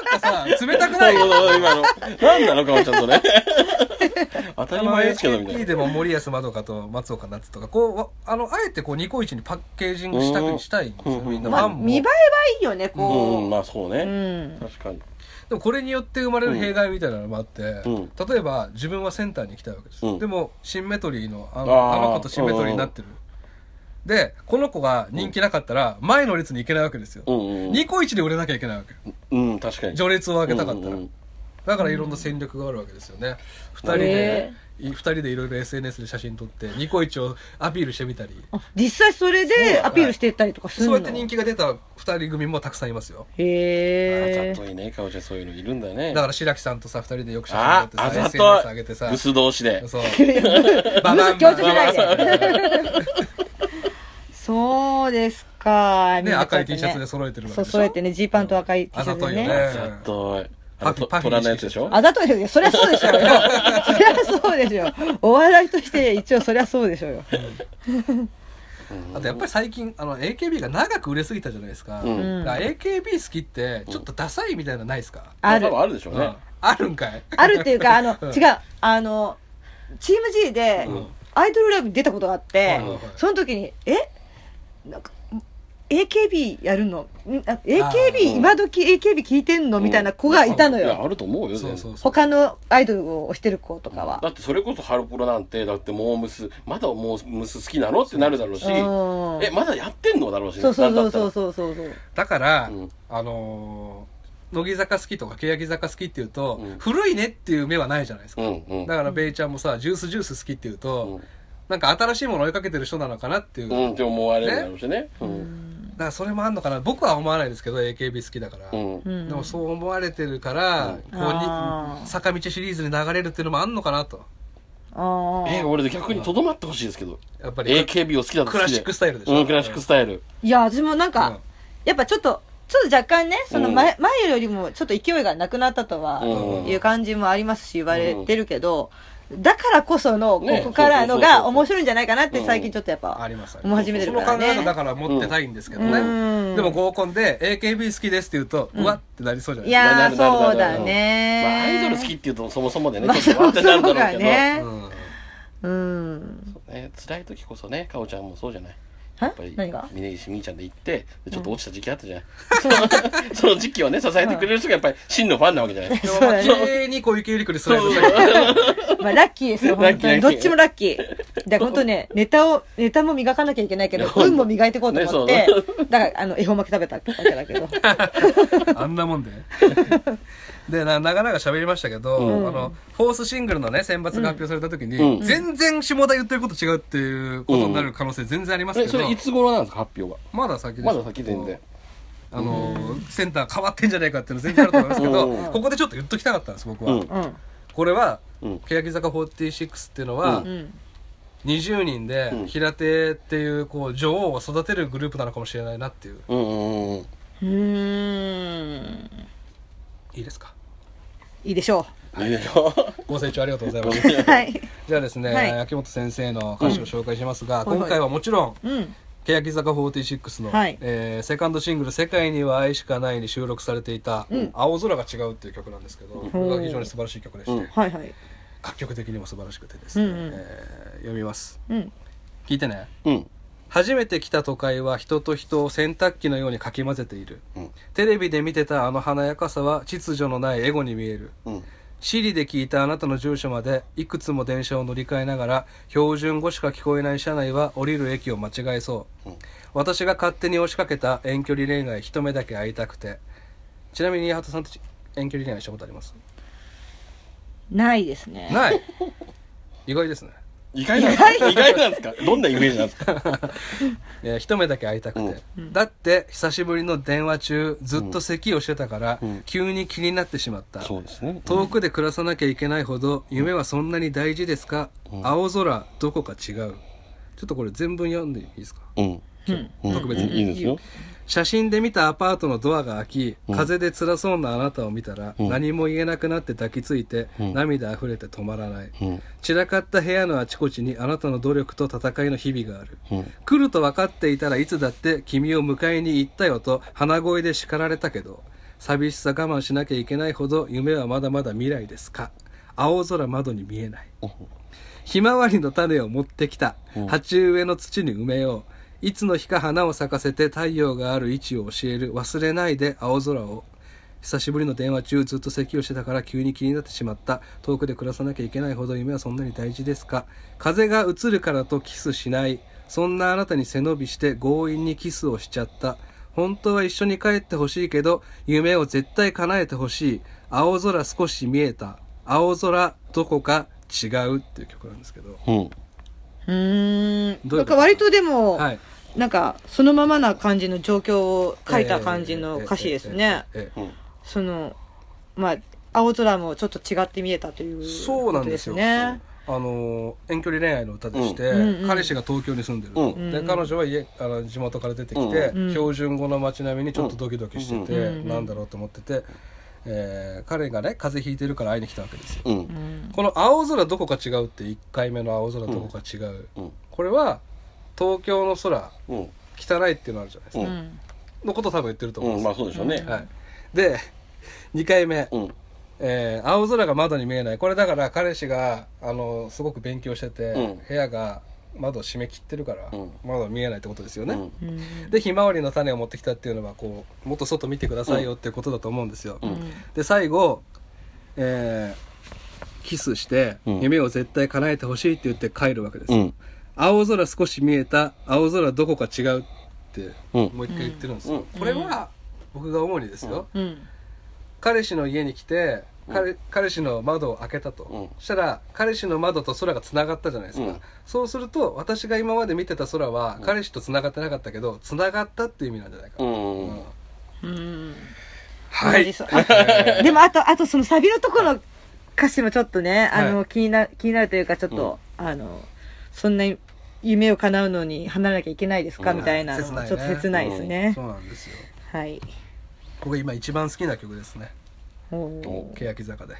[SPEAKER 2] んかさ冷たくな
[SPEAKER 3] ないるほど今のなんなのかおちゃんそれ当たり前ですけどみたい
[SPEAKER 2] AKB
[SPEAKER 3] な
[SPEAKER 2] でも森保まどかと松岡夏とかこうわあのあえてこうニコイチにパッケージングしたくしたいんですよ
[SPEAKER 3] うん
[SPEAKER 2] みんなフ
[SPEAKER 1] ま
[SPEAKER 2] ァ
[SPEAKER 1] あ
[SPEAKER 2] ンも
[SPEAKER 1] 見栄え
[SPEAKER 2] で
[SPEAKER 1] はいいよね
[SPEAKER 3] うん
[SPEAKER 1] こ
[SPEAKER 3] まあそう
[SPEAKER 1] うう
[SPEAKER 3] ね
[SPEAKER 1] ん
[SPEAKER 3] 確かに
[SPEAKER 2] もこれによって生まれる弊害みたいなのもあって
[SPEAKER 3] うん
[SPEAKER 2] 例えば自分はセンターに行きたいわけです
[SPEAKER 3] うん
[SPEAKER 2] でもシンメトリーのあ
[SPEAKER 3] あ
[SPEAKER 2] の
[SPEAKER 3] ー
[SPEAKER 2] あの子とシンメトリーになってるでこの子が人気なかったら前の列に行けないわけですよ
[SPEAKER 3] うんうん
[SPEAKER 2] ニコイチで売れなきゃいけないわけ
[SPEAKER 3] うん確かに
[SPEAKER 2] 序列を上げたかった
[SPEAKER 3] うん
[SPEAKER 2] ら
[SPEAKER 3] うん
[SPEAKER 2] だからいろんな戦略があるわけですよね。二人で
[SPEAKER 1] へ、
[SPEAKER 2] い二人でいろいろ SNS で写真撮って、ニコイチをアピールしてみたり、
[SPEAKER 1] あ実際それでアピールしていったりとかする
[SPEAKER 2] そう
[SPEAKER 1] の
[SPEAKER 2] やって人気が出た二人組もたくさんいますよ。
[SPEAKER 1] へ
[SPEAKER 3] あ
[SPEAKER 1] え
[SPEAKER 3] ざといねかおちゃんそういうのいるんだね
[SPEAKER 2] だから白木さんとさ、二人でよく写
[SPEAKER 3] あ
[SPEAKER 2] 真撮
[SPEAKER 3] あ
[SPEAKER 2] ってさ、
[SPEAKER 3] ざ
[SPEAKER 2] SNS 上げて
[SPEAKER 3] と
[SPEAKER 2] さ
[SPEAKER 3] いブ、ス同士で
[SPEAKER 2] そう。
[SPEAKER 1] ババン強調しないで そうですか
[SPEAKER 2] ね、赤い T シャツで揃えてるわけ
[SPEAKER 1] そう
[SPEAKER 2] でし
[SPEAKER 1] そ
[SPEAKER 2] ょ。
[SPEAKER 1] うやってねジーパンと赤い T シャツでね
[SPEAKER 2] あ
[SPEAKER 3] あざといあ
[SPEAKER 2] パ
[SPEAKER 3] の
[SPEAKER 2] フィ
[SPEAKER 3] と
[SPEAKER 2] パフィ
[SPEAKER 3] 虎のやつでしょ
[SPEAKER 1] あざといですよ。そりゃそうでしょ うよ。そりゃそうでしょう。お笑いとして一応そりゃそうでしょうよ。
[SPEAKER 2] あとやっぱり最近、あの、AKB が長く売れすぎたじゃないですか。
[SPEAKER 3] うん
[SPEAKER 1] うん
[SPEAKER 2] だから AKB 好きって、ちょっとダサいみたいなのないですか
[SPEAKER 1] あ
[SPEAKER 3] ま
[SPEAKER 1] る
[SPEAKER 3] 多分。あるでしょう
[SPEAKER 2] う
[SPEAKER 3] ね
[SPEAKER 2] んあるんかい
[SPEAKER 1] あるっていうか、あの、
[SPEAKER 2] うん
[SPEAKER 1] 違う。あの、チーム G で
[SPEAKER 2] うん、
[SPEAKER 1] アイドルライブに出たことがあって
[SPEAKER 2] はいはいはい、
[SPEAKER 1] その時に、えなんか、AKB やるのんあ
[SPEAKER 3] う
[SPEAKER 1] ?AKB、
[SPEAKER 3] ん
[SPEAKER 1] 今時 AKB 聞いてんのみたいな子がいたの
[SPEAKER 3] いや
[SPEAKER 1] よ。
[SPEAKER 3] あると思うよ全
[SPEAKER 2] そう
[SPEAKER 3] 然
[SPEAKER 2] そうそう。
[SPEAKER 1] 他のアイドルを推してる子とかは
[SPEAKER 3] だ。ってそれこそハロプロなんてだってモームスまだモームス好きなのってなるだろうし
[SPEAKER 1] うん
[SPEAKER 3] えまだやってんのだろうしね
[SPEAKER 1] そうそうそう
[SPEAKER 3] な
[SPEAKER 1] そ
[SPEAKER 3] んだ
[SPEAKER 1] う
[SPEAKER 3] ったら
[SPEAKER 1] そうそうそう。
[SPEAKER 2] だから、
[SPEAKER 3] うん
[SPEAKER 2] あのー乃木坂好きとか欅坂好きっていうと、
[SPEAKER 3] うん
[SPEAKER 2] 古いねっていう目はないじゃないですか、
[SPEAKER 3] うんうん
[SPEAKER 2] だからベイちゃんもさジュースジュース好きっていうと、
[SPEAKER 3] うん
[SPEAKER 2] なんか新しいものを追いかけてる人なのかなっていう、
[SPEAKER 3] うんって思われるだろうしねうん
[SPEAKER 2] だからそれもあんのかな僕は思わないですけど AKB 好きだから、
[SPEAKER 3] うん
[SPEAKER 1] うん
[SPEAKER 2] でもそう思われてるから、こう
[SPEAKER 1] あー
[SPEAKER 2] に坂道シリーズに流れるっていうのもあんのかなと
[SPEAKER 1] あ
[SPEAKER 3] え
[SPEAKER 1] あ
[SPEAKER 3] 俺逆にとどまってほしいですけど
[SPEAKER 2] やっぱり
[SPEAKER 3] AKB を好きだと好き
[SPEAKER 2] ク
[SPEAKER 3] で
[SPEAKER 2] ラシックスタイルでしょ
[SPEAKER 3] うんクラシックスタイル
[SPEAKER 1] いや私もなんか、
[SPEAKER 2] うん
[SPEAKER 1] やっぱちょっとちょっと若干ねその前,、
[SPEAKER 3] う
[SPEAKER 1] 前よりもちょっと勢いがなくなったとは
[SPEAKER 3] うん
[SPEAKER 1] いう感じもありますし言われてるけど、だからこそのこ
[SPEAKER 3] ね
[SPEAKER 1] こからの
[SPEAKER 3] そうそうそう
[SPEAKER 1] が
[SPEAKER 3] そう
[SPEAKER 1] 面白いんじゃないかなって最近ちょっとやっ
[SPEAKER 2] あ
[SPEAKER 1] ぱ
[SPEAKER 2] りますあります
[SPEAKER 1] 思い始めてるからね
[SPEAKER 2] その考え方だから持ってたいんですけどね、
[SPEAKER 1] うん
[SPEAKER 2] でも合コンで AKB 好きですって言うと、うわってなりそうじゃない
[SPEAKER 1] い
[SPEAKER 2] です
[SPEAKER 1] や
[SPEAKER 2] か
[SPEAKER 3] な
[SPEAKER 1] ー
[SPEAKER 3] るなるなる
[SPEAKER 1] そうだ
[SPEAKER 3] ま
[SPEAKER 1] ね、
[SPEAKER 3] あアイドル好きっていうとそもそもでね
[SPEAKER 1] まあ
[SPEAKER 3] ちょっと笑ってなるだろうけど、
[SPEAKER 1] ね
[SPEAKER 2] うん
[SPEAKER 1] うん
[SPEAKER 3] ね、辛い時こそねかおちゃんもそうじゃない
[SPEAKER 1] は
[SPEAKER 3] やっぱり
[SPEAKER 1] 何が
[SPEAKER 3] 峯岸みーちゃんで行ってでちょっと落ちた時期あったじゃない、 そのその時期をね支えてくれる人がやっぱり真のファンなわけじゃない
[SPEAKER 2] で
[SPEAKER 1] そう
[SPEAKER 2] も
[SPEAKER 1] だ
[SPEAKER 2] ま
[SPEAKER 1] ね
[SPEAKER 2] あ綺麗にこう雪ゆりくりするやつね
[SPEAKER 1] まあ、ラッキー ですよ、本当に。
[SPEAKER 3] ラ
[SPEAKER 1] ど
[SPEAKER 3] ッ
[SPEAKER 1] っ
[SPEAKER 3] キーラッキー
[SPEAKER 1] ちもラッキー。 だから本当ね、ネタを、ネタも磨かなきゃいけないけ
[SPEAKER 3] い
[SPEAKER 1] ど
[SPEAKER 3] や、
[SPEAKER 1] 運も磨いていこうと思って
[SPEAKER 3] ねそう、
[SPEAKER 1] だから、あの、恵方巻き食べたわけだ けど。
[SPEAKER 2] あんなもんで。でな長々喋りましたけど、
[SPEAKER 3] うん
[SPEAKER 2] あのフォースシングルのね選抜が発表された時に、
[SPEAKER 3] うん
[SPEAKER 2] 全然下田言ってること違うっていうことになる可能性全然あります
[SPEAKER 3] え
[SPEAKER 2] け
[SPEAKER 3] そ
[SPEAKER 2] ど、
[SPEAKER 3] れいつ頃なんですか発表は
[SPEAKER 2] まだ先です
[SPEAKER 3] まだ先全然
[SPEAKER 2] あのセンター変わってんじゃないかっていうの全然あると思いますけど、
[SPEAKER 3] うん
[SPEAKER 2] ここでちょっと言っときたかったんです僕は、
[SPEAKER 3] うん
[SPEAKER 1] うん。
[SPEAKER 2] これは、
[SPEAKER 3] うん
[SPEAKER 2] 欅坂46っていうのは、
[SPEAKER 3] う
[SPEAKER 1] うん。
[SPEAKER 2] 20人で
[SPEAKER 3] うん
[SPEAKER 2] 平手っていうこう女王を育てるグループなのかもしれないなっていう
[SPEAKER 3] うんうんうんうん
[SPEAKER 1] うーん。
[SPEAKER 2] いいですか
[SPEAKER 1] いいでしょ
[SPEAKER 3] いいでしょ
[SPEAKER 2] ご清聴ありがとうございます
[SPEAKER 1] う。はい。
[SPEAKER 2] じゃあですね、
[SPEAKER 1] はい
[SPEAKER 2] 秋元先生の歌詞を紹介しますが、
[SPEAKER 1] うんはいはい
[SPEAKER 2] 今回はもちろん
[SPEAKER 1] うん。
[SPEAKER 2] 欅坂46の、
[SPEAKER 1] はい
[SPEAKER 2] えーセカンドシングル「世界には愛しかない」に収録されていた「青空が違う」っていう曲なんですけど、これが非常に素晴らしい曲でして、
[SPEAKER 3] うん
[SPEAKER 1] はいはい。
[SPEAKER 2] 楽曲的にも素晴らしくてですね、
[SPEAKER 1] うんうん
[SPEAKER 2] えー読みます
[SPEAKER 1] うん。
[SPEAKER 2] 聞いてね
[SPEAKER 3] うん
[SPEAKER 2] 初めて来た都会は人と人を洗濯機のようにかき混ぜている、
[SPEAKER 3] うん
[SPEAKER 2] テレビで見てたあの華やかさは秩序のないエゴに見える
[SPEAKER 3] うん
[SPEAKER 2] シリで聞いたあなたの住所までいくつも電車を乗り換えながら標準語しか聞こえない車内は降りる駅を間違えそう、
[SPEAKER 3] うん
[SPEAKER 2] 私が勝手に押しかけた遠距離恋愛一目だけ会いたくてちなみに八幡さんと遠距離恋愛したことあります
[SPEAKER 1] ないですね。
[SPEAKER 2] ない 意外ですね、
[SPEAKER 3] 意外なんですか意外なんですかどんなイメージなんですか
[SPEAKER 2] えー一目だけ会いたくて、だって久しぶりの電話中ずっと咳をしてたから、
[SPEAKER 3] うん
[SPEAKER 2] 急に気になってしまった、
[SPEAKER 3] うですね
[SPEAKER 2] 遠くで暮らさなきゃいけないほど夢はそんなに大事ですか、青空どこか違うちょっとこれ全文読んでいいですか
[SPEAKER 3] うん
[SPEAKER 1] うん。
[SPEAKER 2] 特別
[SPEAKER 3] いいですよ
[SPEAKER 2] 写真で見たアパートのドアが開き、風で辛そうなあなたを見たら、
[SPEAKER 3] ん
[SPEAKER 2] 何も言えなくなって抱きついて、
[SPEAKER 3] ん
[SPEAKER 2] 涙あふれて止まらない、
[SPEAKER 3] うん
[SPEAKER 2] 散らかった部屋のあちこちにあなたの努力と戦いの日々がある、
[SPEAKER 3] うん
[SPEAKER 2] 来ると分かっていたらいつだって君を迎えに行ったよと鼻声で叱られたけど寂しさ我慢しなきゃいけないほど夢はまだまだ未来ですか青空窓に見えないひまわりの種を持ってきた鉢植えの土に埋めよういつの日か花を咲かせて太陽がある位置を教える忘れないで青空を久しぶりの電話中ずっと咳をしてたから急に気になってしまった遠くで暮らさなきゃいけないほど夢はそんなに大事ですか風が移るからとキスしないそんなあなたに背伸びして強引にキスをしちゃった本当は一緒に帰ってほしいけど夢を絶対叶えてほしい青空少し見えた青空どこか違うっていう曲なんですけど
[SPEAKER 3] うん
[SPEAKER 1] うーん。
[SPEAKER 2] どう
[SPEAKER 1] ない
[SPEAKER 2] うん
[SPEAKER 1] か割とでも、
[SPEAKER 2] はい
[SPEAKER 1] なんか、そのままな感じの状況を書いた感じの歌詞ですね。
[SPEAKER 2] ええええええええええ
[SPEAKER 3] うん
[SPEAKER 1] その、まあ、青空もちょっと違って見えたという、
[SPEAKER 2] そうなんですよ。
[SPEAKER 1] ね。
[SPEAKER 2] あのー遠距離恋愛の歌でして、
[SPEAKER 1] うんうんうん
[SPEAKER 2] 彼氏が東京に住んでると、
[SPEAKER 3] う
[SPEAKER 2] で彼女は家あの地元から出てきて、
[SPEAKER 3] うん
[SPEAKER 1] うん
[SPEAKER 2] 標準語の街並みにちょっとドキドキしてて、
[SPEAKER 1] うん
[SPEAKER 2] なんだろうと思ってて、えー彼がね風邪ひいてるから会いに来たわけですよ、
[SPEAKER 3] うん
[SPEAKER 1] うん。
[SPEAKER 2] この「青空どこか違う」って1回目の「青空どこか違う」
[SPEAKER 3] うん
[SPEAKER 2] これは東京の空
[SPEAKER 3] うん
[SPEAKER 2] 汚いっていうのあるじゃないですか、
[SPEAKER 3] う
[SPEAKER 1] うん。
[SPEAKER 2] のこと多分言ってると思うん
[SPEAKER 3] う
[SPEAKER 2] で
[SPEAKER 3] ん
[SPEAKER 2] す
[SPEAKER 3] ま
[SPEAKER 2] よ
[SPEAKER 3] あ、そうでしょうね
[SPEAKER 2] はい、で2回目、
[SPEAKER 3] うん
[SPEAKER 2] えー青空が窓に見えないこれだから彼氏があのすごく勉強してて、
[SPEAKER 3] うん
[SPEAKER 2] 部屋が窓を閉め切ってるから、
[SPEAKER 3] うん
[SPEAKER 2] 窓見えないってことですよね、
[SPEAKER 3] うん
[SPEAKER 1] うん
[SPEAKER 2] でひまわりの種を持ってきたっていうのはこうもっと外見てくださいよっていうことだと思うんですよ、
[SPEAKER 3] うん
[SPEAKER 2] で最後、えーキスして、
[SPEAKER 3] うん
[SPEAKER 2] 夢を絶対叶えてほしいって言って帰るわけです、
[SPEAKER 3] うん
[SPEAKER 2] 青空少し見えた青空どこか違うって
[SPEAKER 3] うん
[SPEAKER 2] もう一回言ってるんですよ、
[SPEAKER 3] うん
[SPEAKER 2] これは僕が主にですよ、
[SPEAKER 1] うん。
[SPEAKER 2] 彼氏の家に来て彼彼氏の窓を開けたと、
[SPEAKER 3] うん
[SPEAKER 2] そしたら彼氏の窓と空がつながったじゃないですか、
[SPEAKER 3] うん
[SPEAKER 2] そうすると私が今まで見てた空は彼氏とつながってなかったけどつながったっていう意味なんじゃないかな、
[SPEAKER 3] うんうん
[SPEAKER 1] うん
[SPEAKER 2] は
[SPEAKER 1] 同じ
[SPEAKER 2] い
[SPEAKER 1] そうあ でもあとあとそのサビのところの歌詞もちょっとねあの、
[SPEAKER 2] は
[SPEAKER 1] 気にな気になるというかちょっと、あのそんな夢を叶うのに離れなきゃいけないですか、
[SPEAKER 3] うん
[SPEAKER 1] みたいなの
[SPEAKER 2] 切ないね
[SPEAKER 1] ちょっと切ないですね、
[SPEAKER 2] そうなんですよ
[SPEAKER 1] はい
[SPEAKER 2] これ今一番好きな曲ですね
[SPEAKER 1] おー
[SPEAKER 2] 欅坂で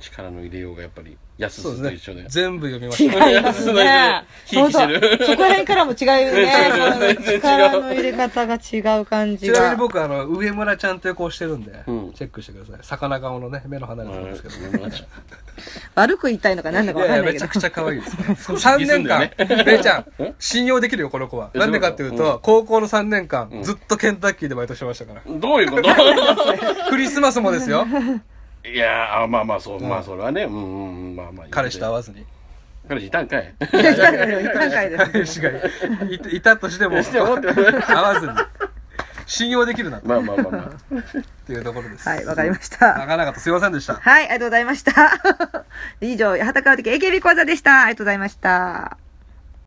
[SPEAKER 3] 力の入れようがやっぱり安すと一緒で
[SPEAKER 2] 全部読みま
[SPEAKER 1] 違
[SPEAKER 2] し
[SPEAKER 1] い
[SPEAKER 2] た
[SPEAKER 1] ますね
[SPEAKER 3] ひいきしてる
[SPEAKER 1] そうそうそこら辺からも違うよ ね
[SPEAKER 3] 全然違う
[SPEAKER 1] 力の入れ方が違う感
[SPEAKER 2] ち
[SPEAKER 1] じ
[SPEAKER 2] なみ
[SPEAKER 1] が
[SPEAKER 2] に僕あの上村ちゃんという子をしてるんで、
[SPEAKER 3] うん
[SPEAKER 2] チェックしてください魚顔のね目の離れてるんですけど、
[SPEAKER 1] 悪く言いたいのか何だか分かんない
[SPEAKER 2] め
[SPEAKER 1] け
[SPEAKER 2] ち
[SPEAKER 1] ど
[SPEAKER 2] ゃくちゃ可愛いです ね。
[SPEAKER 3] 少し
[SPEAKER 2] 3
[SPEAKER 3] ディス
[SPEAKER 2] 年
[SPEAKER 3] んだよ
[SPEAKER 2] 間
[SPEAKER 3] ね、
[SPEAKER 2] レイちゃ ん、信用できるよ、この子は。
[SPEAKER 3] え
[SPEAKER 2] なんでかっていう
[SPEAKER 3] どういうこと
[SPEAKER 2] と、高校の3年間
[SPEAKER 3] う、ん
[SPEAKER 2] ずっとケンタッキーでバイトしてましたから。
[SPEAKER 3] どういうこと
[SPEAKER 2] クリスマスもですよ。
[SPEAKER 3] いやーあまあまあそう、まあそれはねうんうんうんまあまあ
[SPEAKER 2] 彼氏と会わ ずに。
[SPEAKER 3] 彼氏いたんかい
[SPEAKER 1] 何回です
[SPEAKER 2] 彼氏がいいいたとしても、
[SPEAKER 3] してもって
[SPEAKER 2] 会わずに。信用できるな、っ
[SPEAKER 3] まあまあまあまあ
[SPEAKER 2] ていうところで す。
[SPEAKER 1] はいわかりまし
[SPEAKER 2] な
[SPEAKER 1] た
[SPEAKER 2] かなかとすいませんでした。
[SPEAKER 1] はいありがとうございました以上「はたかわ的 AKB 講座」でしたありがとうございました